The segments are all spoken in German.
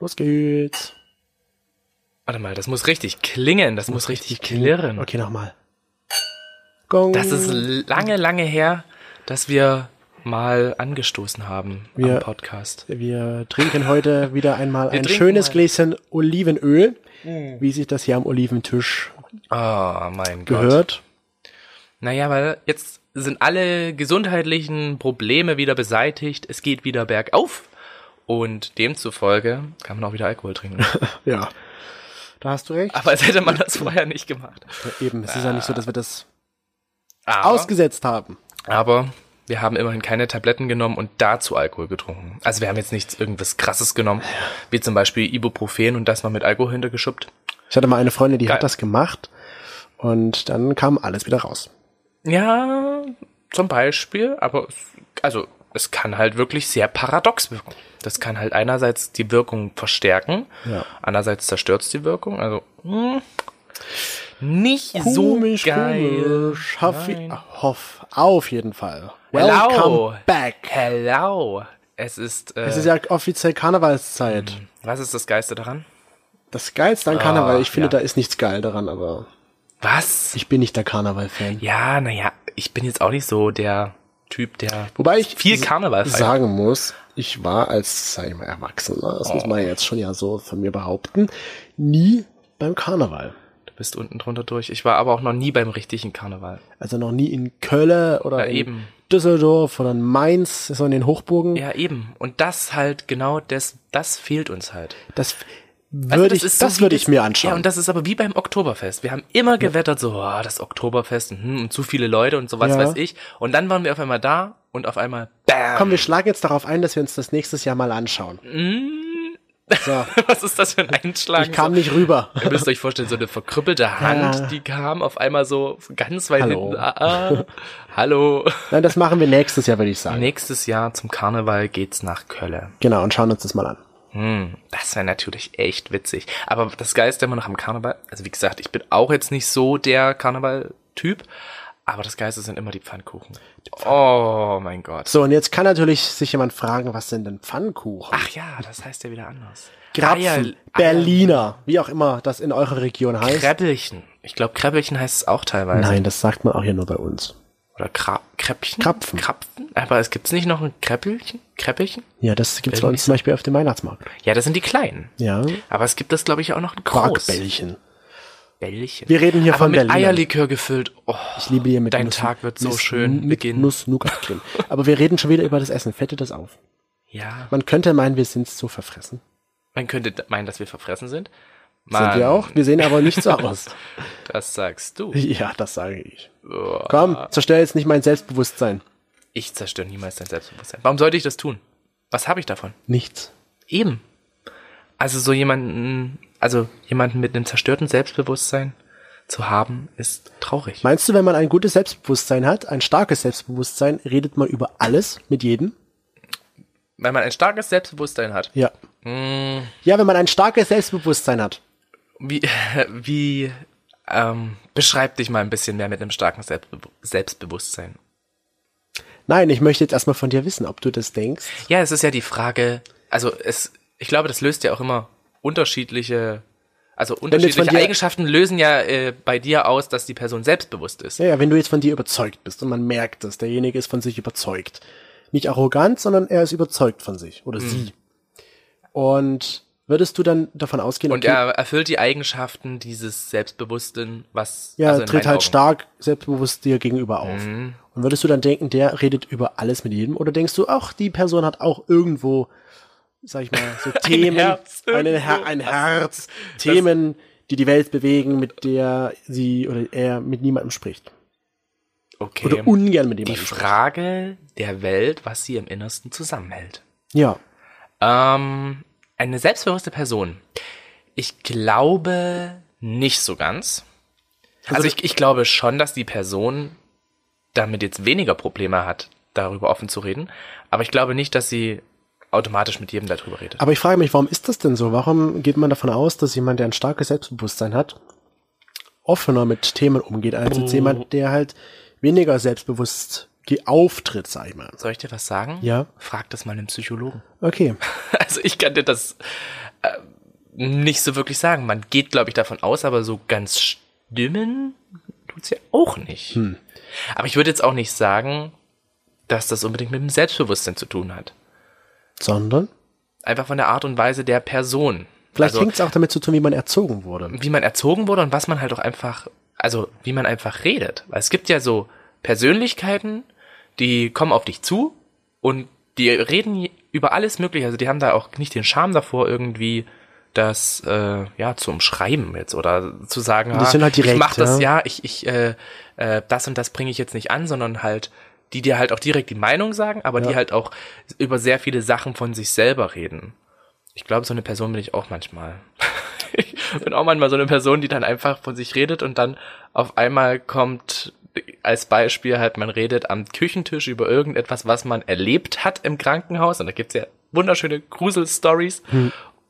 Los geht's. Warte mal, das muss richtig klingen, das muss richtig klirren. Okay, nochmal. Gong. Das ist lange, lange her, dass wir mal angestoßen haben Wir- am Podcast. Wir trinken heute wieder einmal ein trinken schönes mal. Mm. Gläschen Olivenöl, wie sich das hier am Oliventisch Oh mein Gott. gehört. Naja, weil jetzt sind alle gesundheitlichen Probleme wieder beseitigt. Es geht wieder bergauf. Und demzufolge kann man auch wieder Alkohol trinken. Ja. Da hast du recht. Aber als hätte man das vorher nicht gemacht. Eben, es ist ja nicht so, dass wir das Aber, ausgesetzt haben. aber wir haben immerhin keine Tabletten genommen und dazu Alkohol getrunken. Also wir haben jetzt nichts irgendwas krasses genommen, wie zum Beispiel Ibuprofen und das noch mit Alkohol hintergeschubbt. Ich hatte mal eine Freundin, die Geil. hat das gemacht und dann kam alles wieder raus. Ja, zum Beispiel, aber es, also es kann halt wirklich sehr paradox wirken. Das kann halt einerseits die Wirkung verstärken, Ja. andererseits zerstört es die Wirkung. Also hm, nicht so geil. komisch. Hoff, Nein. hoff, auf jeden Fall. Hello. Welcome back. Hello, es ist. Äh, Es ist ja offiziell Karnevalszeit. was ist das Geiste daran? Das Geilste an Karneval, ich finde, Ah, ja. da ist nichts geil daran, aber Was? ich bin nicht der Karneval-Fan. Ja, naja, ich bin jetzt auch nicht so der Typ, der Wobei ich viel s- Karneval feiert. sagen muss, ich war als, sag ich mal, Erwachsener, das Oh. muss man ja jetzt schon ja so von mir behaupten, nie beim Karneval. Du bist unten drunter durch. Ich war aber auch noch nie beim richtigen Karneval. Also noch nie in Köln oder Ja, in eben. Düsseldorf oder in Mainz, so in den Hochburgen. Ja, eben. Und das halt, genau das, das fehlt uns halt. Das Weißt du, würde ich, Also ist das so wie würde ich mir anschauen. Ja, und das ist aber wie beim Oktoberfest. Wir haben immer gewettert, so, oh, das Oktoberfest und, hm, und zu viele Leute und sowas Ja. weiß ich. Und dann waren wir auf einmal da und auf einmal, bam. Komm, wir schlagen jetzt darauf ein, dass wir uns das nächstes Jahr mal anschauen. So, Was ist das für ein Einschlag? ich kam nicht rüber. Ihr müsst euch vorstellen, so eine verkrüppelte Hand, Ja. die kam auf einmal so ganz weit Hallo. hinten. Ah, ah, hallo. Nein, das machen wir nächstes Jahr, würde ich sagen. Nächstes Jahr zum Karneval geht's nach Kölle. Genau, und schauen uns das mal an. Hm, das wäre natürlich echt witzig. Aber das Geilste immer noch am Karneval, also wie gesagt, ich bin auch jetzt nicht so der Karneval-Typ, aber das Geilste sind immer die Pfannkuchen. Oh mein Gott. So, und jetzt kann natürlich sich jemand fragen, was sind denn Pfannkuchen? Ach ja, das heißt ja wieder anders. Krapfen, Eier- Eier- Berliner, wie auch immer das in eurer Region heißt. Kreppelchen. Ich glaube, Kreppelchen heißt es auch teilweise. Nein, das sagt man auch hier nur bei uns. Oder Kra Kreppchen? Krapfen. Krapfen? Aber es gibt's nicht noch ein Kreppelchen? Kreppelchen? Ja, das gibt's bei uns zum Beispiel auf dem Weihnachtsmarkt. Ja, das sind die kleinen. Ja. Aber es gibt das, glaube ich, auch noch ein Groß. Quarkbällchen. Bällchen. Wir reden hier Aber von mit Berlinern. Eierlikör gefüllt. Oh, Ich liebe hier mit Dein Nuss- Tag wird so Nuss- schön mit beginnen. nuss nougat creme Aber wir reden schon wieder über das Essen. Fällt dir das auf? Ja. Man könnte meinen, wir sind so verfressen. Man könnte d- meinen, dass wir verfressen sind. Sind wir auch? Wir sehen aber nicht so aus. Das sagst du. Ja, das sage ich. Komm, zerstör jetzt nicht mein Selbstbewusstsein. Ich zerstöre niemals dein Selbstbewusstsein. Warum sollte ich das tun? Was habe ich davon? Nichts. Eben. Also so jemanden, also jemanden mit einem zerstörten Selbstbewusstsein zu haben, ist traurig. Meinst du, wenn man ein gutes Selbstbewusstsein hat, ein starkes Selbstbewusstsein, redet man über alles mit jedem? Wenn man ein starkes Selbstbewusstsein hat, Ja. Mm. Ja, wenn man ein starkes Selbstbewusstsein hat. wie, wie, ähm, beschreib dich mal ein bisschen mehr mit einem starken Selbstbe Selbstbewusstsein. Nein, ich möchte jetzt erstmal von dir wissen, ob du das denkst. Ja, es ist ja die Frage, also es, ich glaube, das löst ja auch immer unterschiedliche, also du jetzt von unterschiedliche dir- Eigenschaften lösen ja äh, bei dir aus, dass die Person selbstbewusst ist. Ja, ja, wenn du jetzt von dir überzeugt bist und man merkt es, derjenige ist von sich überzeugt. Nicht arrogant, sondern er ist überzeugt von sich Mm. oder sie. Und würdest du dann davon ausgehen, Und er erfüllt die Eigenschaften dieses Selbstbewussten, was ja, also in tritt meinen halt Augen- Mhm. stark selbstbewusst dir gegenüber auf. Und würdest du dann denken, der redet über alles mit jedem? Oder denkst du, ach, die Person hat auch irgendwo, sag ich mal, so Themen, Herz einen irgendwo. Her ein Herz, Themen, die die Welt bewegen, mit der sie oder er mit niemandem spricht. Okay. Oder ungern mit die jemandem spricht. Frage der Welt, was sie im Innersten zusammenhält. Ja. Ähm, eine selbstbewusste Person. Ich glaube nicht so ganz. Also ich, ich glaube schon, dass die Person damit jetzt weniger Probleme hat, darüber offen zu reden. Aber ich glaube nicht, dass sie automatisch mit jedem darüber redet. Aber ich frage mich, warum ist das denn so? Warum geht man davon aus, dass jemand, der ein starkes Selbstbewusstsein hat, offener mit Themen umgeht, als Oh. jetzt jemand, der halt weniger selbstbewusst ge- auftritt, sag ich mal. Soll ich dir was sagen? Ja. Frag das mal einem Psychologen. Okay. Also ich kann dir das, äh, nicht so wirklich sagen. Man geht, glaube ich, davon aus, aber so ganz stimmen tut's ja auch nicht. Hm. Aber ich würde jetzt auch nicht sagen, dass das unbedingt mit dem Selbstbewusstsein zu tun hat. Sondern Einfach von der Art und Weise der Person. vielleicht also, hängt es auch damit zu tun, wie man erzogen wurde. wie man erzogen wurde und was man halt auch einfach, also wie man einfach redet. Weil es gibt ja so Persönlichkeiten, die kommen auf dich zu und die reden je- über alles Mögliche. Also die haben da auch nicht den Charme davor, irgendwie das äh, ja zu umschreiben jetzt oder zu sagen, Die sind ah, halt direkt, ich mach das, ja. ja, ich, ich, äh, äh, das und das bringe ich jetzt nicht an, sondern halt, die dir halt auch direkt die Meinung sagen, aber Ja. die halt auch über sehr viele Sachen von sich selber reden. Ich glaube, so eine Person bin ich auch manchmal. ich bin auch manchmal so eine Person, die dann einfach von sich redet und dann auf einmal kommt als Beispiel halt, man redet am Küchentisch über irgendetwas, was man erlebt hat im Krankenhaus. Und da gibt's ja wunderschöne Grusel-Stories.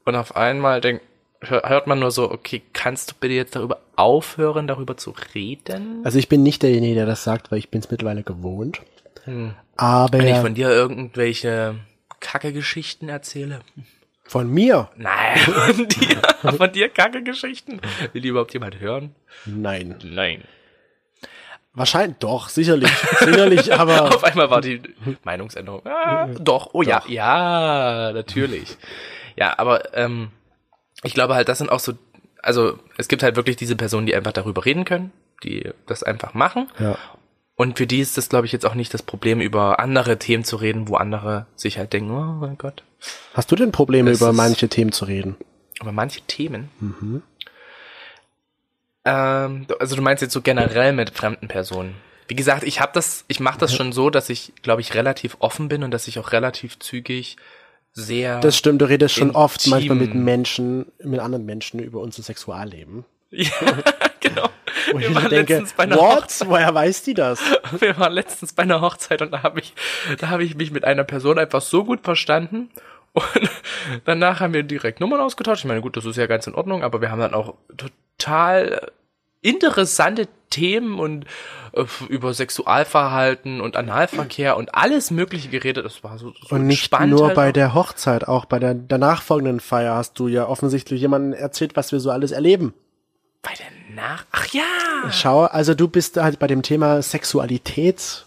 Und auf einmal denk, hör- hört man nur so, okay, kannst du bitte jetzt darüber aufhören, darüber zu reden? Also ich bin nicht derjenige, der das sagt, weil ich bin es mittlerweile gewohnt. Aber Wenn Hm. ich von, von dir irgendwelche Kacke-Geschichten erzähle. mir? Nein, von dir, von dir Kacke-Geschichten. Will die überhaupt jemand hören? Nein. Nein. Wahrscheinlich doch, sicherlich. sicherlich, aber Auf einmal war die Meinungsänderung. Ah, doch, oh ja, Doch. ja, natürlich. Ja, aber ähm, ich glaube halt, das sind auch so, also es gibt halt wirklich diese Personen, die einfach darüber reden können, die das einfach machen. ja. Und für die ist das, glaube ich, jetzt auch nicht das Problem, über andere Themen zu reden, wo andere sich halt denken, oh mein Gott. Hast du denn Probleme, Das über ist- manche Themen zu reden? Aber manche Themen. Mhm. Ähm, du- also du meinst jetzt so generell mit fremden Personen. Wie gesagt, ich habe das, ich mache das schon so, dass ich, glaube ich, relativ offen bin und dass ich auch relativ zügig sehr. Das stimmt, du redest schon oft Intim. manchmal mit Menschen, mit anderen Menschen über unser Sexualleben. ja, genau. Wo ich Wir mir waren, denke, letztens bei einer what? Woher weiß die das? Hoch- wir waren letztens bei einer Hochzeit und da habe ich, da habe ich mich mit einer Person einfach so gut verstanden. Und danach haben wir direkt Nummern ausgetauscht. Ich meine, gut, das ist ja ganz in Ordnung, aber wir haben dann auch total interessante Themen und äh, über Sexualverhalten und Analverkehr und alles Mögliche geredet. Das war so, so Und nicht spannend nur halt bei auch. der Hochzeit, auch bei der, der nachfolgenden Feier hast du ja offensichtlich jemandem erzählt, was wir so alles erleben. bei der Nach. Ach ja! Schau, also du bist halt bei dem Thema Sexualität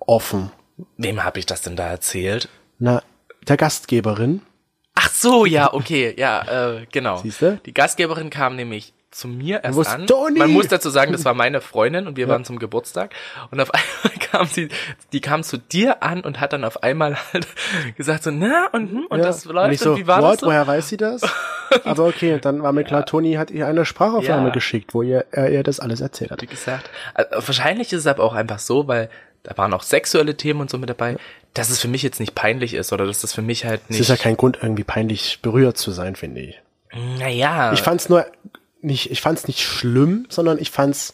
offen. Wem habe ich das denn da erzählt? Na, der Gastgeberin. Ach so, ja, okay, ja, äh, genau. Siehste? Die Gastgeberin kam nämlich zu mir erst wusste, an. Toni! Man muss dazu sagen, das war meine Freundin und wir waren zum Geburtstag und auf einmal kam sie, die kam zu dir an und hat dann auf einmal halt gesagt so, na und hm, und Mhm. Ja. das läuft und, ich so, wie war what, das so? Woher weiß sie das? Aber okay, dann war mir klar, Toni hat ihr eine Sprachaufnahme Ja. geschickt, wo ihr, er ihr das alles erzählt hat. Wie gesagt, also, wahrscheinlich ist es aber auch einfach so, weil da waren auch sexuelle Themen und so mit dabei, dass es für mich jetzt nicht peinlich ist oder dass das für mich halt Es nicht. ist ja kein Grund, irgendwie peinlich berührt zu sein, finde ich. naja, Ich fand's nur nicht, ich fand's nicht schlimm, sondern ich fand's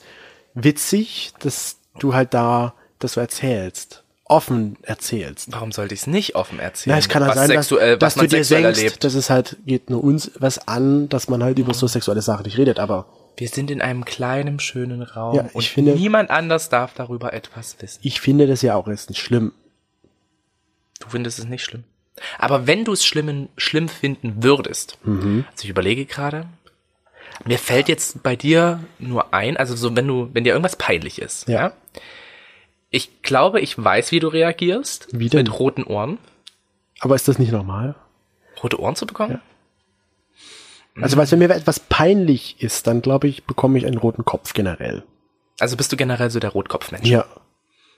witzig, dass du halt da das so erzählst. Offen erzählst. warum sollte ich es nicht offen erzählen? Ja, es kann ja was sein, dass, sexuell, dass was du man dir sexuell denkst, erlebt. dass es halt geht nur uns was an, dass man halt über so sexuelle Sachen nicht redet, aber Wir sind in einem kleinen, schönen Raum Ja, ich und finde- niemand anders darf darüber etwas wissen. ich finde das ja auch jetzt nicht schlimm. Du findest es nicht schlimm. Aber wenn du es schlimm, schlimm finden würdest, Mhm. also ich überlege gerade, mir fällt jetzt bei dir nur ein, also so wenn du, wenn dir irgendwas peinlich ist, Ja. ja. Ich glaube, ich weiß, wie du reagierst. Wie denn? Mit roten Ohren. Aber ist das nicht normal? Rote Ohren zu bekommen? Mhm. Also, weißt du, wenn mir etwas peinlich ist, dann glaube ich, bekomme ich einen roten Kopf generell. Also bist du generell so der Rotkopfmensch. Ja.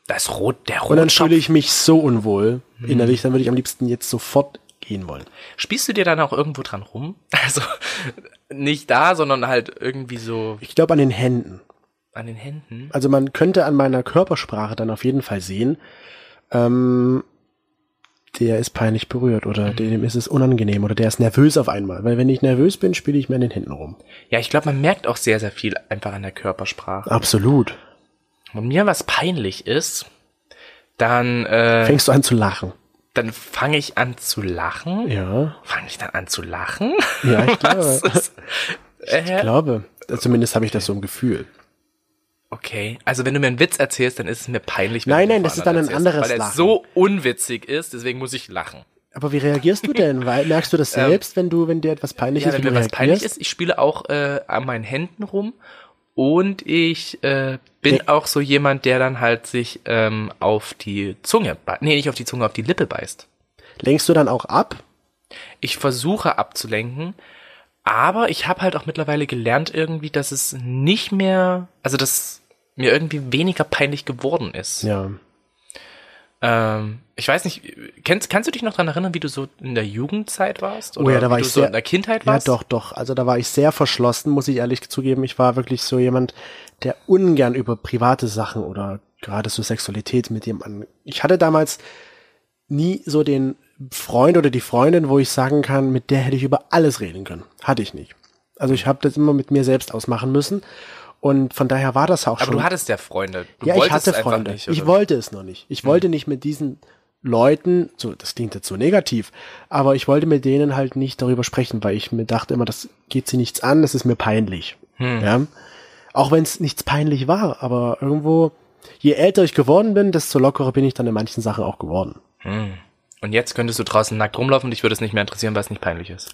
Das Rot, der Und dann fühle Rotkopf. ich mich so unwohl Mhm. innerlich, dann würde ich am liebsten jetzt sofort gehen wollen. Spielst du dir dann auch irgendwo dran rum? Also nicht da, sondern halt irgendwie so Ich glaube an den Händen. an den Händen. Also man könnte an meiner Körpersprache dann auf jeden Fall sehen, ähm, der ist peinlich berührt Mhm. oder dem ist es unangenehm oder der ist nervös auf einmal. Weil wenn ich nervös bin, spiele ich mir an den Händen rum. Ja, ich glaube, man merkt auch sehr, sehr viel einfach an der Körpersprache. Absolut. Wenn mir was peinlich ist, dann, äh, Fängst du an zu lachen. dann fange ich an zu lachen. Ja. Fange ich dann an zu lachen? Ja, ich Was glaube. ist- Ich Äh, glaube. Zumindest habe ich das so im Gefühl. okay, also wenn du mir einen Witz erzählst, dann ist es mir peinlich. wenn Nein, du nein, vor das ist anderen dann ein erzählst, anderes Weil er Lachen. so unwitzig ist, deswegen muss ich lachen. Aber wie reagierst du denn? Weil, merkst du das Ähm, selbst, wenn du, wenn dir etwas peinlich Ja, ist? wenn wie mir du was peinlich reagierst? ist, ich spiele auch äh, an meinen Händen rum und ich äh, bin Ja. auch so jemand, der dann halt sich ähm, auf die Zunge, bei- nee, nicht auf die Zunge, auf die Lippe beißt. Lenkst du dann auch ab? Ich versuche abzulenken, aber ich habe halt auch mittlerweile gelernt irgendwie, dass es nicht mehr, also dass mir irgendwie weniger peinlich geworden ist. Ja. Ähm, ich weiß nicht, kennst, kannst du dich noch dran erinnern, wie du so in der Jugendzeit warst? Oh ja, da war wie ich du so sehr- in der Kindheit Ja, warst? doch, doch. Also da war ich sehr verschlossen, muss ich ehrlich zugeben. Ich war wirklich so jemand, der ungern über private Sachen oder gerade so Sexualität mit jemandem. Ich hatte damals nie so den Freund oder die Freundin, wo ich sagen kann, mit der hätte ich über alles reden können. Hatte ich nicht. Also ich habe das immer mit mir selbst ausmachen müssen. Und von daher war das auch Aber schon. du hattest ja Freunde. Du ja, ich wolltest hatte einfach Freunde. ich Nicht, oder? Hm. wollte es noch nicht. Ich wollte nicht mit diesen Leuten, so, das klingt jetzt so negativ, aber ich wollte mit denen halt nicht darüber sprechen, weil ich mir dachte immer, das geht sie nichts an, das ist mir peinlich. Hm. Ja? Auch wenn es nichts peinlich war, aber irgendwo, je älter ich geworden bin, desto lockerer bin ich dann in manchen Sachen auch geworden. Und jetzt könntest du draußen nackt rumlaufen und dich würde es nicht mehr interessieren, weil es nicht peinlich ist.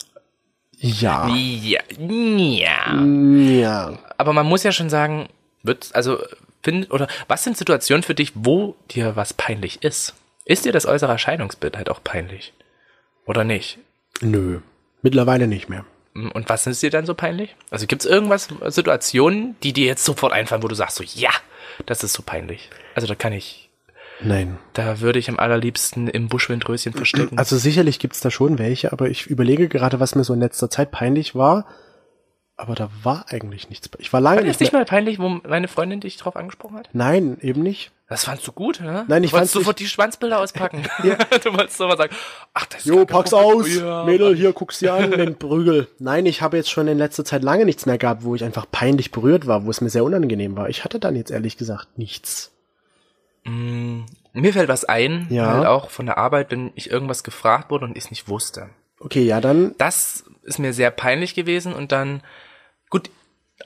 Ja. Ja, ja. Ja. Aber man muss ja schon sagen, wird, also, find, oder was sind Situationen für dich, wo dir was peinlich ist? Ist dir das äußere Erscheinungsbild halt auch peinlich? Oder nicht? Nö. Mittlerweile nicht mehr. Und was ist dir dann so peinlich? Also gibt's irgendwas, Situationen, die dir jetzt sofort einfallen, wo du sagst so, ja, das ist so peinlich. Also da kann ich, Nein. da würde ich am allerliebsten im Buschwindröschen verstecken. Also sicherlich gibt's da schon welche, aber ich überlege gerade, was mir so in letzter Zeit peinlich war. Aber da war eigentlich nichts. Ich war lange war das nicht nicht mehr. mal peinlich, wo meine Freundin dich drauf angesprochen hat? Nein, eben nicht. Das fandst du gut, ne? Nein, ich du wolltest fand's nicht- sofort die Schwanzbilder auspacken. du wolltest doch mal sagen, ach, das ist Jo, gar kein pack's Problem. aus. Ja. Mädel, hier, guck's dir an, den Prügel. Nein, ich habe jetzt schon in letzter Zeit lange nichts mehr gehabt, wo ich einfach peinlich berührt war, wo es mir sehr unangenehm war. Ich hatte dann jetzt ehrlich gesagt nichts. Mir fällt was ein, Ja. halt auch von der Arbeit, wenn ich irgendwas gefragt wurde und ich es nicht wusste. Okay, ja, dann. das ist mir sehr peinlich gewesen und dann, gut,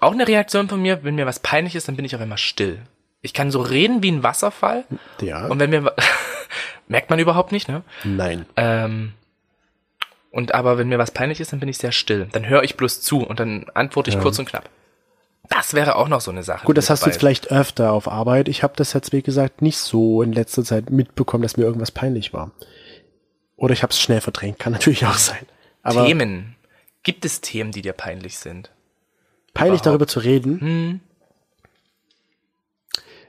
auch eine Reaktion von mir, wenn mir was peinlich ist, dann bin ich auf einmal still. Ich kann so reden wie ein Wasserfall Ja. und wenn mir, wa- merkt man überhaupt nicht, ne? Nein. Ähm, und aber wenn mir was peinlich ist, dann bin ich sehr still. Dann höre ich bloß zu und dann antworte ich kurz und knapp. Das wäre auch noch so eine Sache. Gut, die das mir hast du jetzt dabei vielleicht öfter auf Arbeit. Ich habe das jetzt, wie gesagt, nicht so in letzter Zeit mitbekommen, dass mir irgendwas peinlich war. Oder ich habe es schnell verdrängt, kann natürlich auch sein. Aber Themen. Gibt es Themen, die dir peinlich sind? peinlich überhaupt. darüber zu reden, Hm,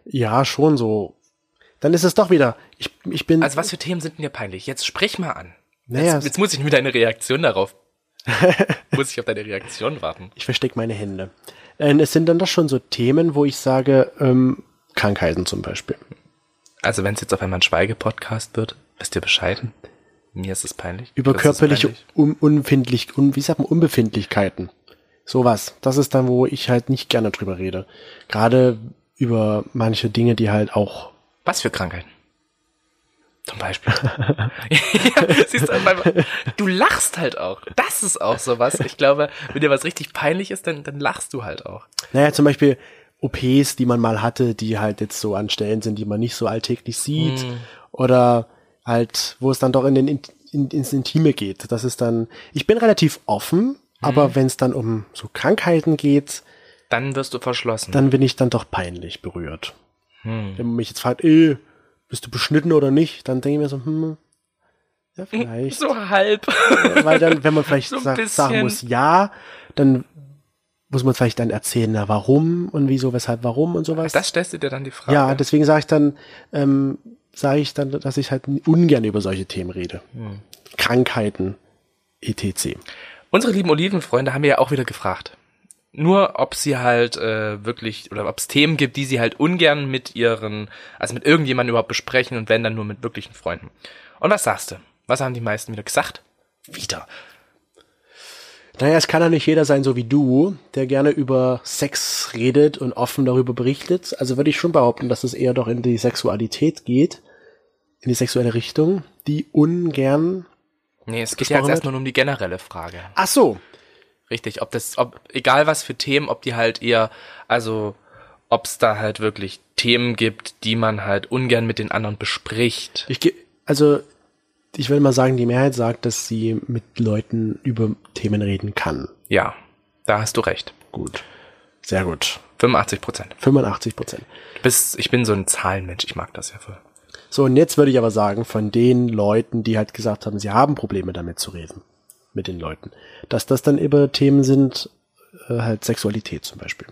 ja, schon so. Dann ist es doch wieder, ich, ich bin, also was für Themen sind denn dir peinlich? Jetzt sprich mal an. naja, Jetzt, jetzt muss ich mir deine Reaktion darauf. muss ich auf deine Reaktion warten. ich verstecke meine Hände. Äh, es sind dann doch schon so Themen, wo ich sage, ähm, Krankheiten zum Beispiel. Also, wenn es jetzt auf einmal ein Schweigepodcast wird, wisst ihr Bescheid? Mir ist es peinlich. Über Das ist körperliche peinlich. Un Unfindlich, un wie sagt man, Unbefindlichkeiten. Sowas. Das ist dann, wo ich halt nicht gerne drüber rede. Gerade über manche Dinge, die halt auch. Was für Krankheiten? Zum Beispiel. ja, siehst du, auf einmal- du lachst halt auch. Das ist auch sowas. Ich glaube, wenn dir was richtig peinlich ist, dann, dann lachst du halt auch. Naja, zum Beispiel OPs, die man mal hatte, die halt jetzt so an Stellen sind, die man nicht so alltäglich sieht. Hm. Oder halt, wo es dann doch in den in, in, ins Intime geht. Das ist dann. Ich bin relativ offen, Hm. aber wenn es dann um so Krankheiten geht, Dann wirst du verschlossen. Hm. dann bin ich dann doch peinlich berührt. Wenn man mich jetzt fragt, ey, bist du beschnitten oder nicht, dann denke ich mir so, hm, ja, vielleicht. so halb. Weil dann, wenn man vielleicht So ein sagt, sagen bisschen. muss, ja, dann muss man vielleicht dann erzählen, na, warum und wieso, weshalb, warum und sowas. Das stellst du dir dann die Frage. ja, deswegen sage ich dann, ähm, sage ich dann, dass ich halt ungern über solche Themen rede. Krankheiten, etc. Unsere lieben Olivenfreunde haben ja auch wieder gefragt. Nur, ob sie halt äh, wirklich oder ob es Themen gibt, die sie halt ungern mit ihren, also mit irgendjemandem überhaupt besprechen und wenn dann nur mit wirklichen Freunden. Und was sagst du? Was haben die meisten wieder gesagt? Wieder. Naja, es kann ja nicht jeder sein, so wie du, der gerne über Sex redet und offen darüber berichtet. Also würde ich schon behaupten, dass es eher doch in die Sexualität geht, in die sexuelle Richtung, die ungern. Nee, es geht Gesprochen ja jetzt wird? erstmal nur um die generelle Frage. Ach so, Richtig, ob das, ob, egal was für Themen, ob die halt eher, also ob es da halt wirklich Themen gibt, die man halt ungern mit den anderen bespricht. ich ge also ich würde mal sagen, die Mehrheit sagt, dass sie mit Leuten über Themen reden kann. Ja, da hast du recht. Gut. Sehr gut. 85 Prozent. 85 Prozent. Bis, ich bin so ein Zahlenmensch, ich mag das ja voll. So, und jetzt würde ich aber sagen, von den Leuten, die halt gesagt haben, sie haben Probleme damit zu reden, mit den Leuten, dass das dann über Themen sind, äh, halt Sexualität zum Beispiel.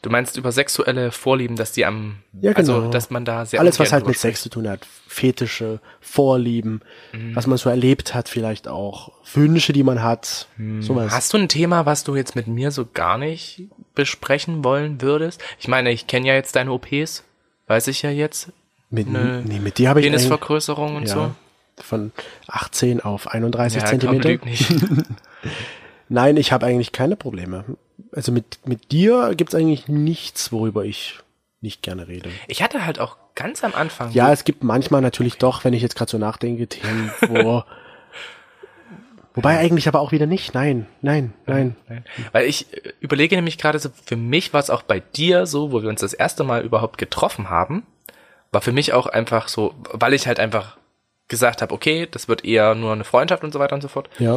Du meinst über sexuelle Vorlieben, dass die am, Ja, also genau. dass man da sehr Alles, was ungern halt mit drüber Sex zu tun hat. Fetische, Vorlieben, Mhm. was man so erlebt hat vielleicht auch, Wünsche, die man hat, Mhm. sowas. Hast du ein Thema, was du jetzt mit mir so gar nicht besprechen wollen würdest? Ich meine, ich kenne ja jetzt deine OPs, weiß ich ja jetzt. Mit, Nö. nee, mit dir habe ich eigentlich- Penisvergrößerung und so. Von 18 auf 31 Ja, Zentimeter. komm, lüg nicht. Nein, ich habe eigentlich keine Probleme. Also mit, mit dir gibt's eigentlich nichts, worüber ich nicht gerne rede. Ich hatte halt auch ganz am Anfang. Ja, es gibt manchmal natürlich doch, wenn ich jetzt gerade so nachdenke, Themen, wo. Wobei eigentlich aber auch wieder nicht. Nein, nein, nein. Weil ich äh, überlege nämlich gerade so, für mich war es auch bei dir so, wo wir uns das erste Mal überhaupt getroffen haben, war für mich auch einfach so, weil ich halt einfach gesagt habe, okay, das wird eher nur eine Freundschaft und so weiter und so fort, Ja.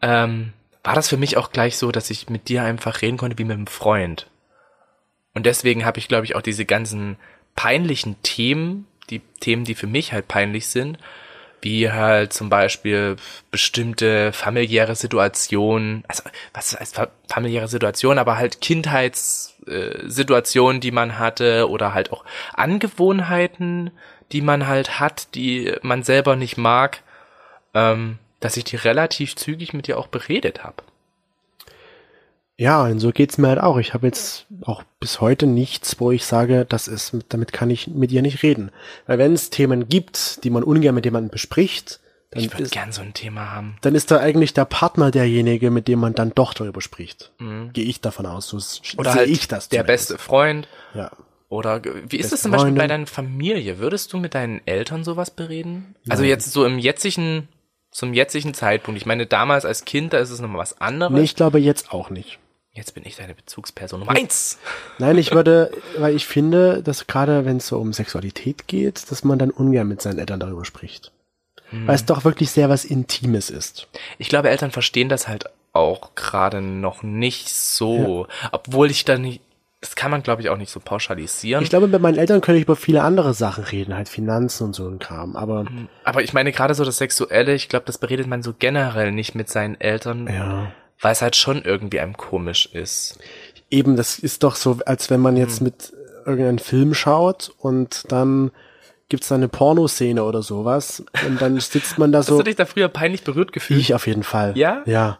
ähm, war das für mich auch gleich so, dass ich mit dir einfach reden konnte wie mit einem Freund. Und deswegen habe ich, glaube ich, auch diese ganzen peinlichen Themen, die Themen, die für mich halt peinlich sind, wie halt zum Beispiel bestimmte familiäre Situationen, also was heißt fa familiäre Situation, aber halt Kindheitssituationen, äh, Situationen, die man hatte oder halt auch Angewohnheiten, die man halt hat, die man selber nicht mag, ähm, dass ich die relativ zügig mit dir auch beredet habe. Ja, und so geht's mir halt auch. Ich habe jetzt auch bis heute nichts, wo ich sage, das ist, damit kann ich mit ihr nicht reden. Weil wenn es Themen gibt, die man ungern mit jemandem bespricht, dann Ich würde ist, gern so ein Thema haben. dann ist da eigentlich der Partner derjenige, mit dem man dann doch darüber spricht. Gehe ich davon aus. So s- Mhm. Oder sehe halt ich das. der zumindest. beste Freund. Ja. Oder ge- wie ist Beste es zum Beispiel bei Freundin. deiner Familie? Würdest du mit deinen Eltern sowas bereden? Also jetzt so im jetzigen, zum jetzigen Zeitpunkt. Ich meine, damals als Kind, da ist es nochmal was anderes. Nee, ich glaube jetzt auch nicht. Jetzt bin ich deine Bezugsperson Nummer eins. Nein, ich würde, weil ich finde, dass gerade wenn es so um Sexualität geht, dass man dann ungern mit seinen Eltern darüber spricht. Hm. Weil es doch wirklich sehr was Intimes ist. Ich glaube, Eltern verstehen das halt auch gerade noch nicht so. Obwohl ich da nicht, das kann man glaube ich auch nicht so pauschalisieren. Ich glaube, mit meinen Eltern könnte ich über viele andere Sachen reden, halt Finanzen und so ein Kram. Aber Aber ich meine gerade so das Sexuelle, ich glaube, das beredet man so generell nicht mit seinen Eltern, ja, weil es halt schon irgendwie einem komisch ist. eben, das ist doch so, als wenn man Hm. jetzt mit irgendeinem Film schaut und dann gibt's da eine Pornoszene oder sowas und dann sitzt man da Hast so. du dich da früher peinlich berührt gefühlt? Ich auf jeden Fall. Ja? Ja.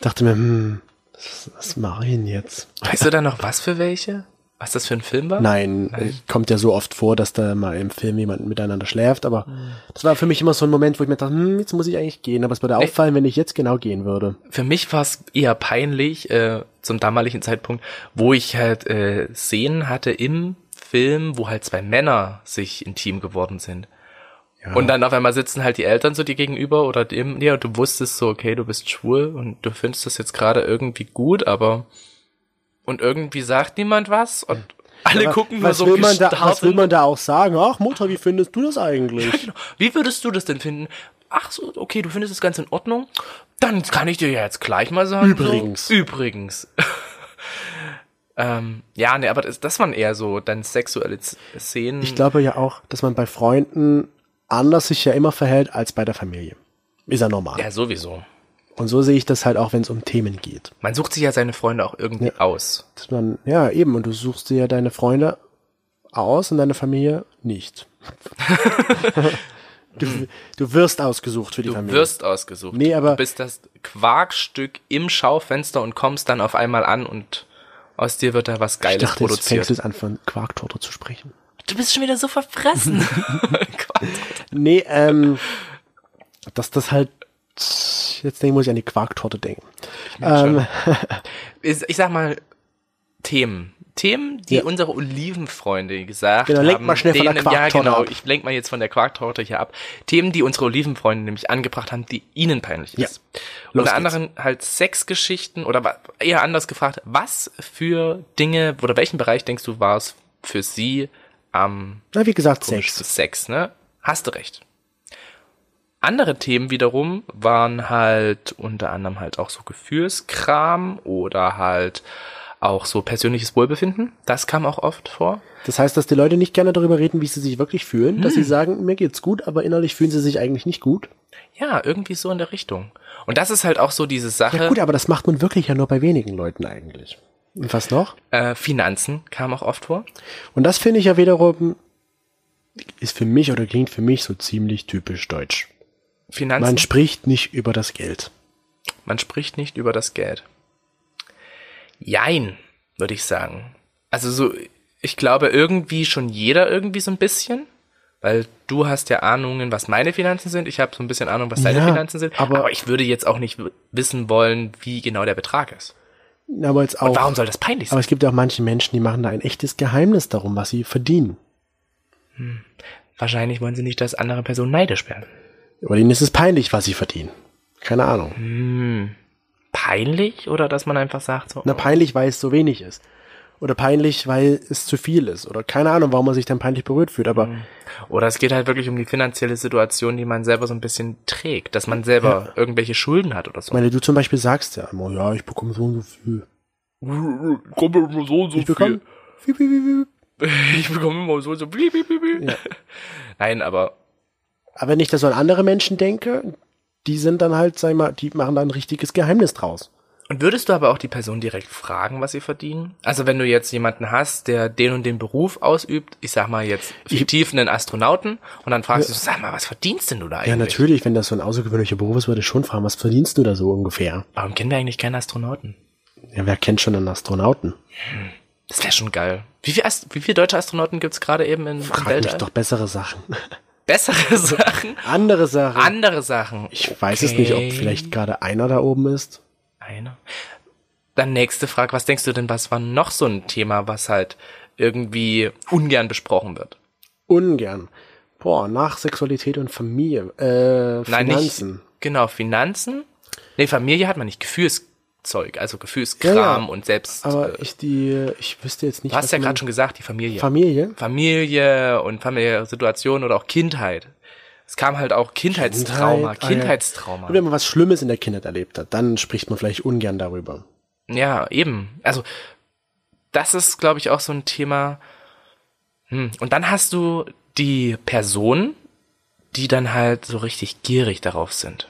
Dachte mir, hm, was, was mache ich denn jetzt? Weißt du da noch was für welche? Was das für ein Film war? Nein, äh, kommt ja so oft vor, dass da mal im Film jemand miteinander schläft, aber das war für mich immer so ein Moment, wo ich mir dachte, hm, jetzt muss ich eigentlich gehen, aber es würde auffallen, wenn ich jetzt genau gehen würde. Für mich war es eher peinlich äh, zum damaligen Zeitpunkt, wo ich halt äh, Szenen hatte im Film, wo halt zwei Männer sich intim geworden sind. Und dann auf einmal sitzen halt die Eltern so dir gegenüber oder dem, ja, du wusstest so, okay, du bist schwul und du findest das jetzt gerade irgendwie gut, aber und irgendwie sagt niemand was und alle Aber gucken nur was so will man da, gestarrt Was will und- man da auch sagen? Ach Mutter, wie findest du das eigentlich? Ah, genau. Wie würdest du das denn finden? Ach so, okay, du findest das Ganze in Ordnung. Dann kann ich dir ja jetzt gleich mal sagen. Übrigens. So, übrigens. ähm, ja, nee, aber das, das waren eher so dann sexuelle Z- Szenen. Ich glaube ja auch, dass man bei Freunden anders sich ja immer verhält als bei der Familie. Ist ja normal. ja, sowieso. Und so sehe ich das halt auch, wenn es um Themen geht. Man sucht sich ja seine Freunde auch irgendwie aus. Dass man, ja, eben, und du suchst dir ja deine Freunde aus und deine Familie nicht. du, du wirst ausgesucht für die Du Familie. wirst ausgesucht. Nee, aber- du bist das Quarkstück im Schaufenster und kommst dann auf einmal an und aus dir wird da was ich Geiles dachte, jetzt fängst produziert. du jetzt an, von Quarktorte zu sprechen. Du bist schon wieder so verfressen. Oh Quark. Nee, ähm, dass das halt, jetzt denk- muss ich an die Quarktorte denken. Ähm, ist, ich sag mal, Themen. Themen, die Ja. unsere Olivenfreunde gesagt Genau, haben. lenk mal schnell von der denen- Quarktorte Ja, genau, ab. ich lenk mal jetzt von der Quarktorte hier ab. Themen, die unsere Olivenfreunde nämlich angebracht haben, die ihnen peinlich Ja. ist. Los Unter geht's. anderem halt Sexgeschichten oder wa- eher anders gefragt, was für Dinge oder welchen Bereich denkst du war es für sie am na, wie gesagt, Sex. komischsten Sex, ne? Hast du recht. Andere Themen wiederum waren halt unter anderem halt auch so Gefühlskram oder halt auch so persönliches Wohlbefinden. Das kam auch oft vor. Das heißt, dass die Leute nicht gerne darüber reden, wie sie sich wirklich fühlen, dass sie Hm. sagen, mir geht's gut, aber innerlich fühlen sie sich eigentlich nicht gut. Ja, irgendwie so in der Richtung. Und das ist halt auch so diese Sache. Ja gut, aber das macht man wirklich ja nur bei wenigen Leuten eigentlich. Und was noch? Äh, Finanzen kam auch oft vor. Und das finde ich ja wiederum, ist für mich oder klingt für mich so ziemlich typisch deutsch. Finanzen. Man spricht nicht über das Geld. Man spricht nicht über das Geld. Jein, würde ich sagen. Also so, ich glaube irgendwie schon jeder irgendwie so ein bisschen, weil du hast ja Ahnungen, was meine Finanzen sind. Ich habe so ein bisschen Ahnung, was deine Ja, Finanzen sind. aber- Aber, ich würde jetzt auch nicht w- wissen wollen, wie genau der Betrag ist. Aber jetzt auch. Und warum soll das peinlich aber sein? es gibt auch manche Menschen, die machen da ein echtes Geheimnis darum, was sie verdienen. Wahrscheinlich wollen sie nicht, dass andere Personen neidisch werden. Aber denen ist es peinlich, was sie verdienen. Keine Ahnung. Peinlich oder dass man einfach sagt so. Na, peinlich, weil es so wenig ist. Oder peinlich, weil es zu viel ist. Oder keine Ahnung, warum man sich dann peinlich berührt fühlt. Aber Oder es geht halt wirklich um die finanzielle Situation, die man selber so ein bisschen trägt, dass man selber irgendwelche Schulden hat oder ich so. meine, du zum Beispiel sagst ja immer, ja, ich bekomme so und so viel. Komme immer so und so Ich bekomme. viel, viel, viel, viel. Ich bekomme immer so und so. Blieb, blieb, blieb, blieb. Nein, aber Aber wenn ich das so an andere Menschen denke, die sind dann halt, sag ich mal, die machen da ein richtiges Geheimnis draus. Und würdest du aber auch die Person direkt fragen, was sie verdienen? Also wenn du jetzt jemanden hast, der den und den Beruf ausübt, ich sag mal jetzt fiktiv einen Astronauten, und dann fragst du, so, sag mal, was verdienst denn du da eigentlich? Ja, natürlich, wenn das so ein außergewöhnlicher Beruf ist, würde ich schon fragen, was verdienst du da so ungefähr? Warum kennen wir eigentlich keinen Astronauten? Ja, wer kennt schon einen Astronauten? Das wäre schon geil. Wie viele Ast wie viel deutsche Astronauten gibt's gerade eben im, im Frag mich Weltall? doch bessere Sachen. Bessere Sachen, Andere Sachen. andere Sachen. ich weiß es nicht, ob Okay. vielleicht gerade einer da oben ist. Einer. Dann nächste Frage, was denkst du denn, was war noch so ein Thema, was halt irgendwie ungern besprochen wird? Ungern. Boah, nach Sexualität und Familie. Äh, Nein, Finanzen. nicht. Genau, Finanzen. Nee, Familie hat man nicht. Gefühlszeug, also Gefühlskram Ja, ja. und selbst. Aber ich die, ich wüsste jetzt nicht. du hast ja man- gerade schon gesagt, die Familie. Familie. Familie und familiäre Situationen oder auch Kindheit. Es kam halt auch Kindheitstrauma, Kindheit, ah, ja. Kindheitstrauma. Und wenn man was Schlimmes in der Kindheit erlebt hat, dann spricht man vielleicht ungern darüber. Ja, eben. Also, das ist, glaube ich, auch so ein Thema. Hm. Und dann hast du die Personen, die dann halt so richtig gierig darauf sind.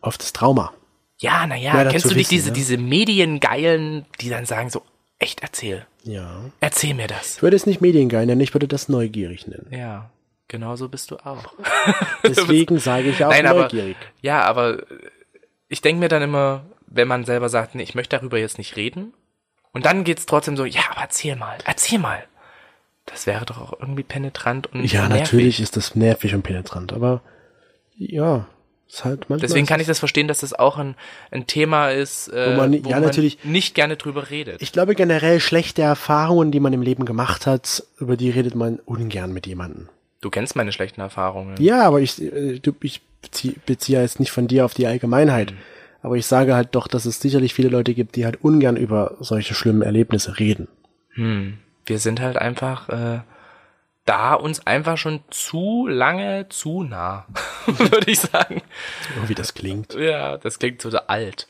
Auf das Trauma. Ja, naja, Ja, ja, dazu kennst du nicht wissen, diese, ne? diese Mediengeilen, die dann sagen so, echt erzähl, Ja. erzähl mir das. Ich würde es nicht mediengeil nennen, ich würde das neugierig nennen. Ja, genau so bist du auch. Deswegen sage ich ja auch Nein, aber, neugierig. ja, aber ich denke mir dann immer, wenn man selber sagt, nee, ich möchte darüber jetzt nicht reden, und dann geht's trotzdem so, ja, aber erzähl mal, erzähl mal. Das wäre doch auch irgendwie penetrant und ja, nervig. natürlich ist das nervig und penetrant, aber ja, ist halt manchmal. Deswegen kann ich das verstehen, dass das auch ein, ein Thema ist, äh, Wo wo man- man, ja, natürlich- nicht gerne drüber redet. Ich glaube generell schlechte Erfahrungen, die man im Leben gemacht hat, über die redet man ungern mit jemandem. du kennst meine schlechten Erfahrungen. Ja, aber ich, äh, du- ich bezie- beziehe jetzt nicht von dir auf die Allgemeinheit. Aber ich sage halt doch, dass es sicherlich viele Leute gibt, die halt ungern über solche schlimmen Erlebnisse reden. wir sind halt einfach äh, da uns einfach schon zu lange zu nah, würde ich sagen. So Oh, wie das klingt. Ja, das klingt so alt.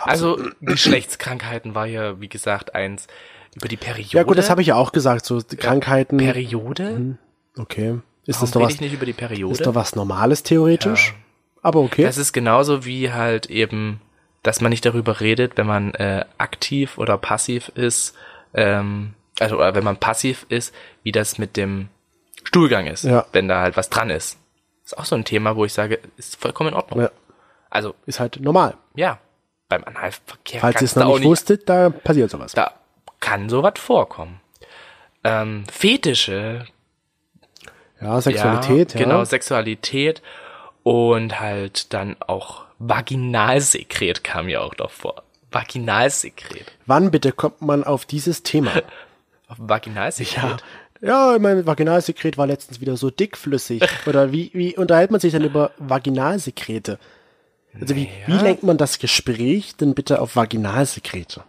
Also Geschlechtskrankheiten war ja, wie gesagt, eins über die Periode. Ja gut, das habe ich ja auch gesagt, so Krankheiten. Periode? Okay. Ist Warum das doch rede was, ich nicht über die Periode? ist doch was Normales theoretisch? Aber okay. Das ist genauso wie halt eben, dass man nicht darüber redet, wenn man äh, aktiv oder passiv ist, ähm, also oder wenn man passiv ist, wie das mit dem Stuhlgang ist, Ja. wenn da halt was dran ist. Ist auch so ein Thema, wo ich sage, ist vollkommen in Ordnung. Ja. Also ist halt normal. ja, beim Analverkehr Falls ihr kannst es noch du auch nicht, wusstet, da passiert sowas. da kann sowas vorkommen. Ähm, Fetische, ja, Sexualität, ja. Genau, Sexualität und halt dann auch Vaginalsekret kam ja auch noch vor. Vaginalsekret. Wann bitte kommt man auf dieses Thema? Auf Vaginalsekret. Ja. Ja, mein Vaginalsekret war letztens wieder so dickflüssig. Oder wie, wie unterhält man sich denn über Vaginalsekrete? Also wie, wie lenkt man das Gespräch denn bitte auf Vaginalsekrete?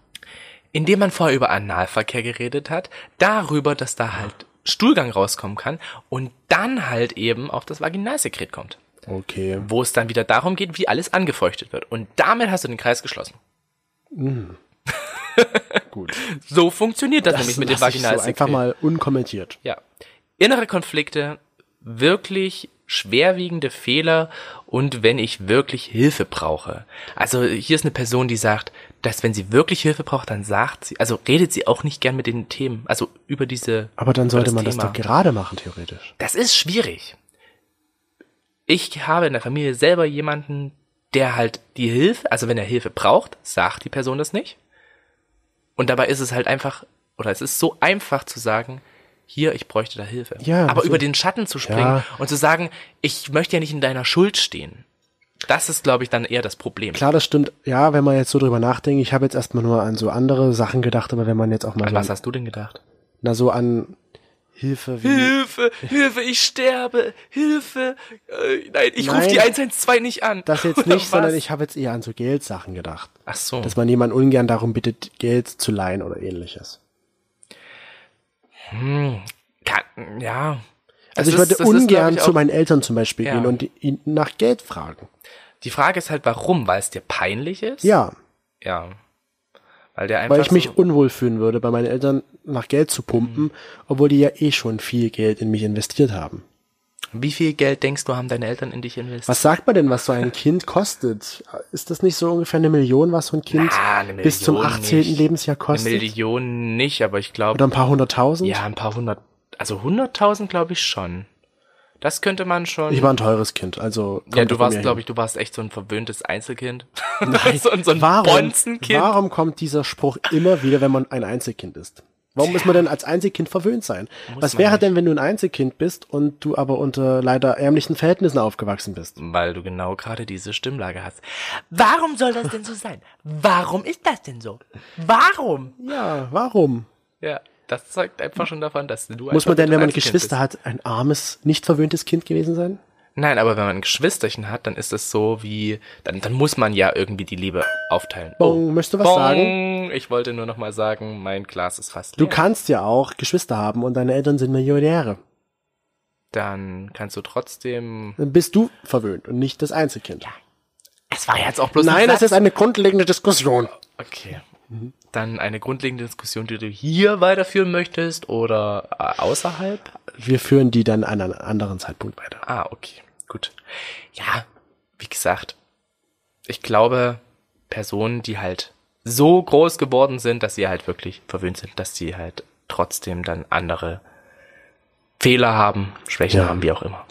Indem man vorher über Analverkehr geredet hat, darüber, dass da halt Stuhlgang rauskommen kann und dann halt eben auf das Vaginalsekret kommt. Okay. wo es dann wieder darum geht, wie alles angefeuchtet wird. Und damit hast du den Kreis geschlossen. Mm. Gut. So funktioniert das, nämlich mit dem lass ich so Vaginalsekret. einfach mal unkommentiert. Ja. Innere Konflikte, wirklich schwerwiegende Fehler und wenn ich wirklich Hilfe brauche. Also hier ist eine Person, die sagt, dass wenn sie wirklich Hilfe braucht, dann sagt sie, also redet sie auch nicht gern mit den Themen, also über diese. Aber dann über sollte man das Thema. doch gerade machen, theoretisch. Das ist schwierig. Ich habe in der Familie selber jemanden, der halt die Hilfe, also wenn er Hilfe braucht, sagt die Person das nicht. Und dabei ist es halt einfach, oder es ist so einfach zu sagen, hier, ich bräuchte da Hilfe. Ja, Aber das über ist- den Schatten zu springen Ja. und zu sagen, ich möchte ja nicht in deiner Schuld stehen. Das ist, glaube ich, dann eher das Problem. Klar, das stimmt. Ja, wenn man jetzt so drüber nachdenkt, ich habe jetzt erstmal nur an so andere Sachen gedacht, aber wenn man jetzt auch mal An was so, hast du denn gedacht? na, so an Hilfe wie Hilfe, Hilfe, ich sterbe, Hilfe. Äh, nein, ich rufe Nein. die 112 nicht an. das jetzt Oder nicht, sondern was? ich habe jetzt eher an so Geldsachen gedacht. Ach so. Dass man jemand ungern darum bittet, Geld zu leihen oder ähnliches. Kann, ja. Also Das ich ist- würde das ist, ungern glaub ich, zu auch- meinen Eltern zum Beispiel Ja. gehen und ihnen nach Geld fragen. Die Frage ist halt, warum? Weil es dir peinlich ist? Ja, Ja. Weil der einfach. weil ich mich So, Mhm. unwohl fühlen würde, bei meinen Eltern nach Geld zu pumpen, obwohl die ja eh schon viel Geld in mich investiert haben. wie viel Geld denkst du, haben deine Eltern in dich investiert? Was sagt man denn, was so ein Kind kostet? Ist das nicht so ungefähr eine Million, was so ein Kind Na, eine bis zum Million 18. nicht. Lebensjahr Eine kostet? Million nicht, aber ich Oder glaube. ein paar hunderttausend? Ja, ein paar hundert. Also hunderttausend, glaube ich schon. Das könnte man schon. Ich war ein teures Kind, also. ja, du warst, glaube ich, du warst echt so ein verwöhntes Einzelkind. so, ein- so ein Warum, Bonzenkind. warum kommt dieser Spruch immer wieder, wenn man ein Einzelkind ist? Warum muss man denn als Einzelkind verwöhnt sein? Was man wäre nicht. denn, wenn du ein Einzelkind bist und du aber unter leider ärmlichen Verhältnissen aufgewachsen bist? Weil du genau gerade diese Stimmlage hast. Warum soll das denn so sein? Warum ist das denn so? Warum? Ja, warum? Ja, das zeugt einfach schon davon, dass du Muss einfach man denn, ein wenn man Einzelkind Geschwister bist. hat, ein armes, nicht verwöhntes Kind gewesen sein? Nein, aber wenn man ein Geschwisterchen hat, dann ist es so wie, dann, dann muss man ja irgendwie die Liebe aufteilen. Oh. Oh. Bong, möchtest du was sagen? Ich wollte nur noch mal sagen, mein Glas ist fast Du leer. kannst ja auch Geschwister haben und deine Eltern sind Millionäre. dann kannst du trotzdem. Dann bist du verwöhnt und nicht das Einzelkind. Es war jetzt auch bloß Nein, ein das Satz. ist Mhm. eine grundlegende Diskussion. Okay. Dann eine grundlegende Diskussion, die du hier weiterführen möchtest oder äh, außerhalb? Wir führen die dann an einem anderen Zeitpunkt weiter. Ah, okay. Gut. Ja, wie gesagt, ich glaube, Personen, die halt so groß geworden sind, dass sie halt wirklich verwöhnt sind, dass sie halt trotzdem dann andere Fehler haben, Schwächen Ja. haben, wie auch immer.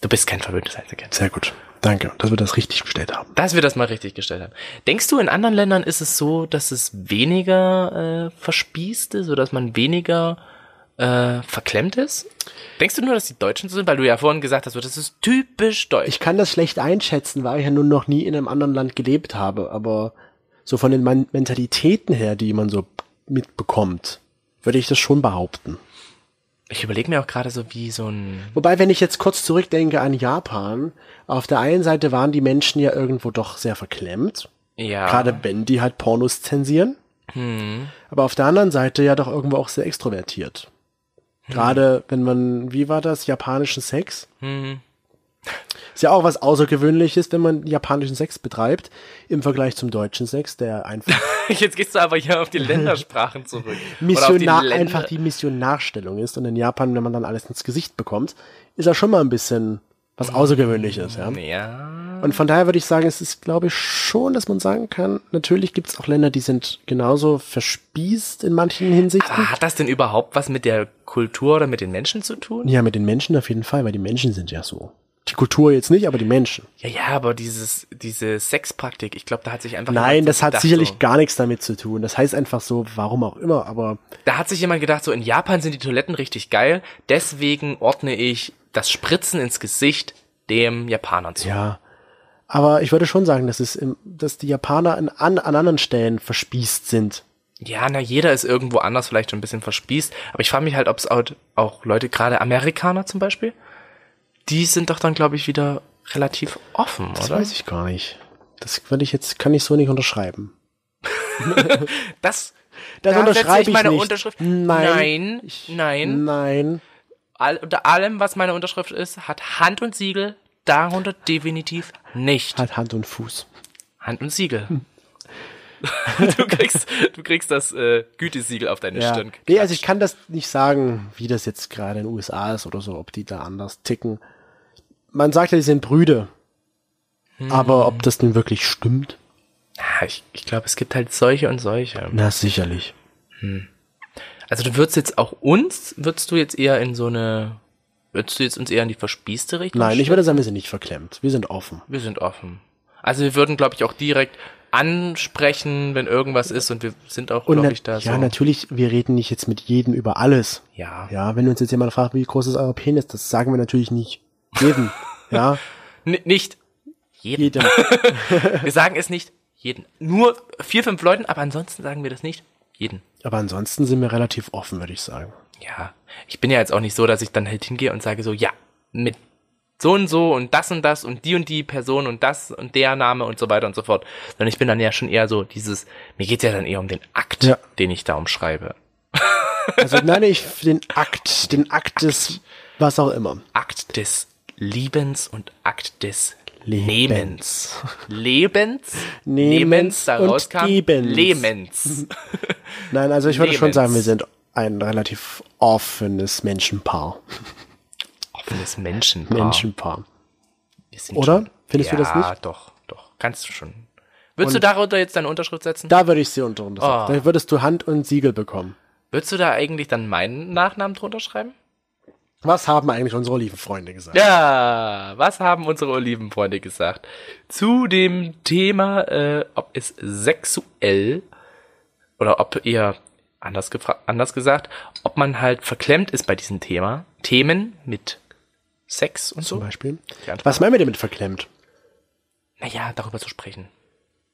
Du bist kein verwöhntes Einzelkind. Sehr gut. Danke, dass wir das richtig gestellt haben. Dass wir das mal richtig gestellt haben. Denkst du, in anderen Ländern ist es so, dass es weniger äh, verspießt ist oder dass man weniger äh, verklemmt ist? Denkst du nur, dass die Deutschen so sind? Weil du ja vorhin gesagt hast, so, das ist typisch deutsch. Ich kann das schlecht einschätzen, weil ich ja nun noch nie in einem anderen Land gelebt habe, aber so von den Man Mentalitäten her, die man so mitbekommt, würde ich das schon behaupten. Ich überlege mir auch gerade so wie so ein. Wobei, wenn ich jetzt kurz zurückdenke an Japan, auf der einen Seite waren die Menschen ja irgendwo doch sehr verklemmt, Ja. Hm. gerade wenn die halt Pornos zensieren, aber auf der anderen Seite ja doch irgendwo auch sehr extrovertiert. Gerade wenn man, wie war das, japanischen Sex? Hm. Ist ja auch was Außergewöhnliches, wenn man japanischen Sex betreibt, im Vergleich zum deutschen Sex, der einfach Jetzt gehst du aber hier auf die Ländersprachen zurück. Oder auf die Missionar, Länder- einfach die Missionarstellung ist. Und in Japan, wenn man dann alles ins Gesicht bekommt, ist ja schon mal ein bisschen Hm. was Außergewöhnliches, ja. Ja. Und von daher würde ich sagen, es ist, glaube ich, schon, dass man sagen kann, natürlich gibt es auch Länder, die sind genauso verspießt in manchen Hinsichten. Aber hat das denn überhaupt was mit der Kultur oder mit den Menschen zu tun? Ja, mit den Menschen auf jeden Fall, weil die Menschen sind ja so. Die Kultur jetzt nicht, aber die Menschen. Ja, ja, aber dieses, diese Sexpraktik, ich glaube, da hat sich einfach. Nein, jemand so das hat gedacht, sicherlich So, gar nichts damit zu tun. Das heißt einfach so, warum auch immer, aber da hat sich jemand gedacht, so in Japan sind die Toiletten richtig geil, deswegen ordne ich das Spritzen ins Gesicht dem Japaner zu. Ja. Aber ich würde schon sagen, dass es im, dass die Japaner an, an, an anderen Stellen verspießt sind. Ja, na, jeder ist irgendwo anders vielleicht schon ein bisschen verspießt. Aber ich frage mich halt, ob es auch, auch Leute, gerade Amerikaner zum Beispiel, die sind doch dann, glaube ich, wieder relativ offen, Das oder? weiß ich gar nicht. Das würde ich jetzt, kann ich so nicht unterschreiben. Das Das, da setze unterschreibe ich meine nicht. Unterschrift. Nein. Nein, nein. Nein. All, unter allem, was meine Unterschrift ist, hat Hand und Siegel darunter definitiv nicht. Hat Hm. Hand und Fuß. Hand und Siegel. du, kriegst, du kriegst das äh, Gütesiegel auf deine Ja. Stirn. Nee, also ich kann das nicht sagen, wie das jetzt gerade in den USA ist oder so, ob die da anders ticken. Man sagt ja, die sind Brüder. Hm. Aber ob das nun wirklich stimmt? Ah, Ich, ich glaube, es gibt halt solche und solche. Na, sicherlich. Also du würdest jetzt auch uns, würdest du jetzt eher in so eine, würdest du jetzt uns eher in die verspießte Richtung? Nein, ich schicken? würde sagen, wir sind nicht verklemmt. Wir sind offen. Wir sind offen. Also wir würden, glaube ich, auch direkt ansprechen, wenn irgendwas ist und wir sind auch, Und glaube na, ich, da ja, so. natürlich, wir reden nicht jetzt mit jedem über alles. Ja. Ja, wenn uns jetzt jemand fragt, wie groß ist euer Penis, das sagen wir natürlich nicht jedem. ja, N nicht jeden. jedem. Wir sagen es nicht jeden. Nur vier, fünf Leuten, aber ansonsten sagen wir das nicht jeden. Aber ansonsten sind wir relativ offen, würde ich sagen. Ja. Ich bin ja jetzt auch nicht so, dass ich dann halt hingehe und sage so, ja, mit so und so und das und das und die und die Person und das und der Name und so weiter und so fort. Sondern ich bin dann ja schon eher so dieses, mir geht's ja dann eher um den Akt, Ja. den ich da umschreibe. Also nein, ich den Akt, den Akt des was auch immer. Akt des Liebens und Akt des Lebens. Lebens. Lebens? Nehmens daraus und kam Gebens. Lebens. Nein, also ich würde schon Lebens. sagen, wir sind ein relativ offenes Menschenpaar. Offenes Menschenpaar. Menschenpaar. Wir sind Oder? schon- Findest du ja, das nicht? Ja, doch, doch. Kannst du schon. Würdest du darunter jetzt deine Unterschrift setzen? Da würde ich sie unter uns. Ah. Dann würdest du Hand und Siegel bekommen. Würdest du da eigentlich dann meinen Nachnamen drunter schreiben? Was haben eigentlich unsere lieben Freunde gesagt? Ja, was haben unsere Olivenfreunde gesagt? Zu dem Thema, äh, ob es sexuell oder ob eher anders, gefra- anders gesagt, ob man halt verklemmt ist bei diesem Thema, Themen mit Sex und Zum so. Beispiel. Die Antwort. Was meinen wir damit verklemmt? Naja, darüber zu sprechen.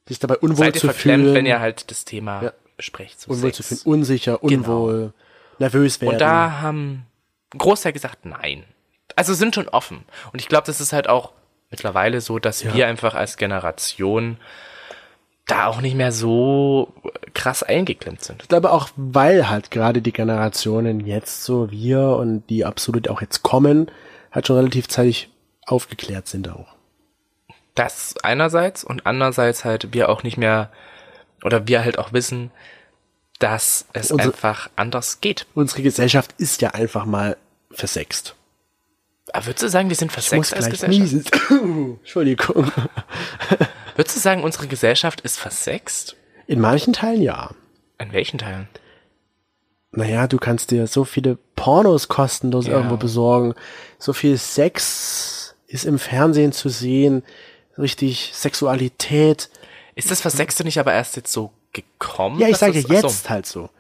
Sich dabei unwohl Seid ihr zu verklemmt, fühlen, wenn ihr halt das Thema Ja. besprecht. So unwohl Sex. zu fühlen, unsicher, unwohl, nervös werden. Genau. Und da haben ein Großteil gesagt, nein. Also sind schon offen. Und ich glaube, das ist halt auch mittlerweile so, dass wir einfach als Generation da auch nicht mehr so krass eingeklemmt sind. Ich glaube auch, weil halt gerade die Generationen jetzt so wir und die absolut auch jetzt kommen, halt schon relativ zeitig aufgeklärt sind auch. Das einerseits und andererseits halt wir auch nicht mehr oder wir halt auch wissen, dass es Unsere- einfach anders geht. Unsere Gesellschaft ist ja einfach mal versext. Aber würdest du sagen, wir sind Ich muss versext als gleich Gesellschaft? niesen. Entschuldigung. Würdest du sagen, unsere Gesellschaft ist versext? In manchen Teilen ja. In welchen Teilen? Naja, du kannst dir so viele Pornos kostenlos Ja. irgendwo besorgen. So viel Sex ist im Fernsehen zu sehen. Richtig Sexualität. Ist das Versexte nicht aber erst jetzt so gekommen? Mhm. Ja, ich dass sage das- ach so. jetzt halt so.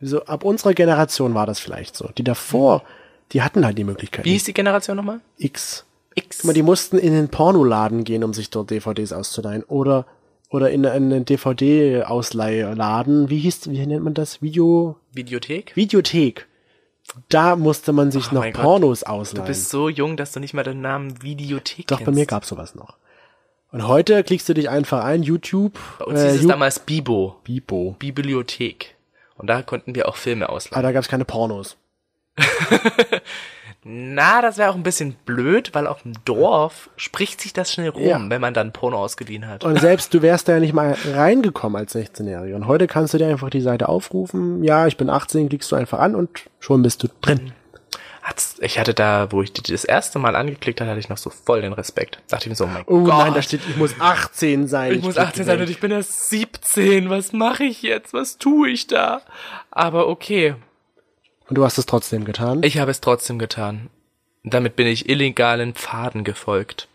So ab unserer Generation war das vielleicht so. Die davor, die hatten halt die Möglichkeit. Wie hieß die Generation nochmal? X. X. Guck mal, die mussten in den Pornoladen gehen, um sich dort DVDs auszuleihen. Oder, oder in einen DVD-Ausleihladen. Wie hieß, wie nennt man das? Video, Videothek? Videothek. Da musste man sich noch mein Gott. Pornos ausleihen. Du bist so jung, dass du nicht mal den Namen Videothek Doch, kennst. bei mir gab's sowas noch. Und heute klickst du dich einfach ein, YouTube, äh, Bei uns hieß es Ju- damals Bibo. Bibo. Bibliothek. Und da konnten wir auch Filme Aber ausleihen. da gab's keine Pornos. Na, das wäre auch ein bisschen blöd, weil auf dem Dorf spricht sich das schnell rum, Ja. wenn man dann Porno ausgeliehen hat. Und selbst du wärst da ja nicht mal reingekommen als 16-Jähriger. Und heute kannst du dir einfach die Seite aufrufen. Ja, ich bin 18, klickst du einfach an und schon bist du drin. Hat's, ich hatte da, wo ich die das erste Mal angeklickt hatte, hatte ich noch so voll den Respekt. Dachte ich mir so, oh mein Oh Gott. nein, da steht, ich muss 18 sein. Ich muss klick 18 sein weg. und ich bin erst 17. Was mache ich jetzt? Was tue ich da? Aber okay, Und du hast es trotzdem getan. ich habe es trotzdem getan. Damit bin ich illegalen Pfaden gefolgt.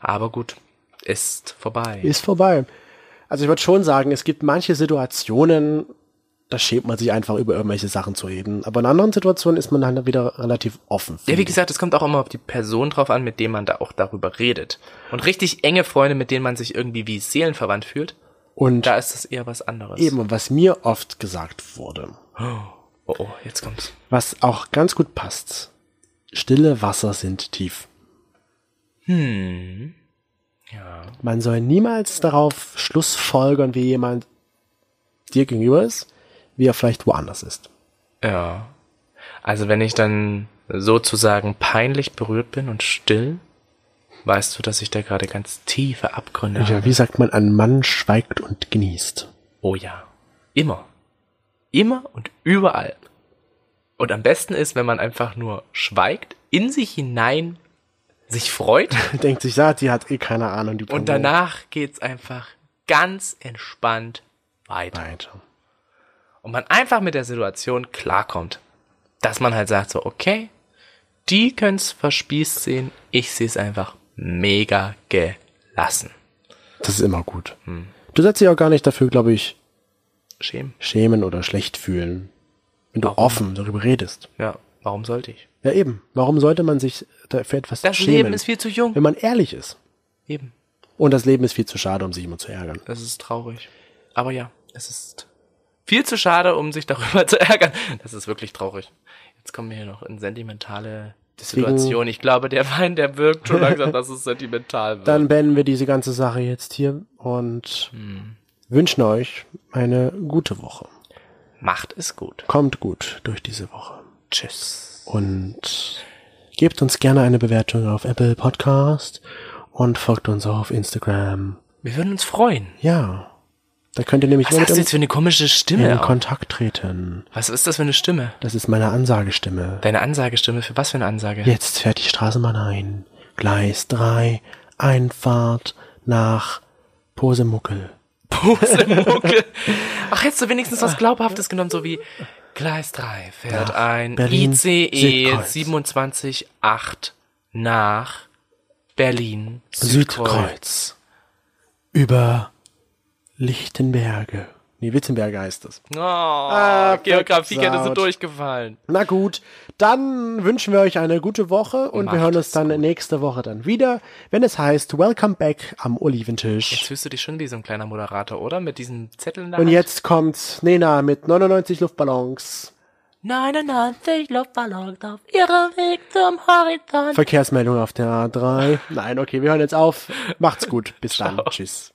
Aber gut, ist vorbei. Ist vorbei. Also ich würde schon sagen, es gibt manche Situationen, da schämt man sich einfach über irgendwelche Sachen zu reden. Aber in anderen Situationen ist man dann wieder relativ offen. ja, wie gesagt, es kommt auch immer auf die Person drauf an, mit dem man da auch darüber redet. Und richtig enge Freunde, mit denen man sich irgendwie wie seelenverwandt fühlt, Und da ist das eher was anderes. Eben, und was mir oft gesagt wurde, Oh, oh, jetzt kommt's. was auch ganz gut passt. Stille Wasser sind tief. Hm. Ja. Man soll niemals darauf schlussfolgern, wie jemand dir gegenüber ist, wie er vielleicht woanders ist. Ja. Also wenn ich dann sozusagen peinlich berührt bin und still, Weißt du, dass ich da gerade ganz tiefe Abgründe Ja, habe? wie sagt man, ein Mann schweigt und genießt. Oh ja. Immer. Immer und überall. Und am besten ist, wenn man einfach nur schweigt, in sich hinein sich freut Denkt sich, ja, die hat eh keine Ahnung. Die und danach geht's einfach ganz entspannt weiter. Weiter. Und man einfach mit der Situation klarkommt. Dass man halt sagt so, okay, die können's verspießt sehen, ich sehe es einfach mega gelassen. Das ist immer gut. Hm. Du sollst dich auch gar nicht dafür, glaube ich, Schämen. schämen oder schlecht fühlen. Wenn du offen darüber redest. Ja, warum sollte ich? Ja, eben. Warum sollte man sich da für etwas Das schämen? Leben ist viel zu jung. wenn man ehrlich ist. Eben. Und das Leben ist viel zu schade, um sich immer zu ärgern. Das ist traurig. Aber ja, es ist viel zu schade, um sich darüber zu ärgern. Das ist wirklich traurig. Jetzt kommen wir hier noch in sentimentale Deswegen- Situation. Ich glaube, der Wein, der wirkt schon langsam, dass es sentimental wird. Dann beenden wir diese ganze Sache jetzt hier und Hm. wünschen euch eine gute Woche. Macht es gut. Kommt gut durch diese Woche. Tschüss. Und gebt uns gerne eine Bewertung auf Apple Podcast und folgt uns auch auf Instagram. Wir würden uns freuen. Ja. Da könnt ihr nämlich Was immer hast du mit jetzt für eine komische in Stimme? auch? Kontakt treten. Was ist das für eine Stimme? Das ist meine Ansagestimme. Deine Ansagestimme, für was für eine Ansage? Jetzt fährt die Straßenbahn ein. Gleis 3, Einfahrt nach Posemuckel. Pusemuckel. Ach, hättest du wenigstens Ah. was Glaubhaftes genommen, so wie Gleis 3 fährt ein E Berlin ICE Südkreuz. 27.8 nach Berlin Südkreuz. Südkreuz. Über Lichtenberge. Nee, Wittenberge heißt es. Oh, Ah, Geografiekenntnisse versaut. durchgefallen. Na gut, dann wünschen wir euch eine gute Woche und wir Macht hören uns es dann nächste Woche dann wieder, wenn es heißt Welcome back am Oliventisch. Jetzt fühlst du dich schon wie so ein kleiner Moderator, oder? Mit diesen Zetteln da. Und jetzt kommt Nena mit 99 Luftballons. 99 Luftballons auf ihrem Weg zum Horizont. Verkehrsmeldung auf der A3. Nein, okay, wir hören jetzt auf. Macht's gut. Bis dann. Tschüss.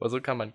Aber so kann man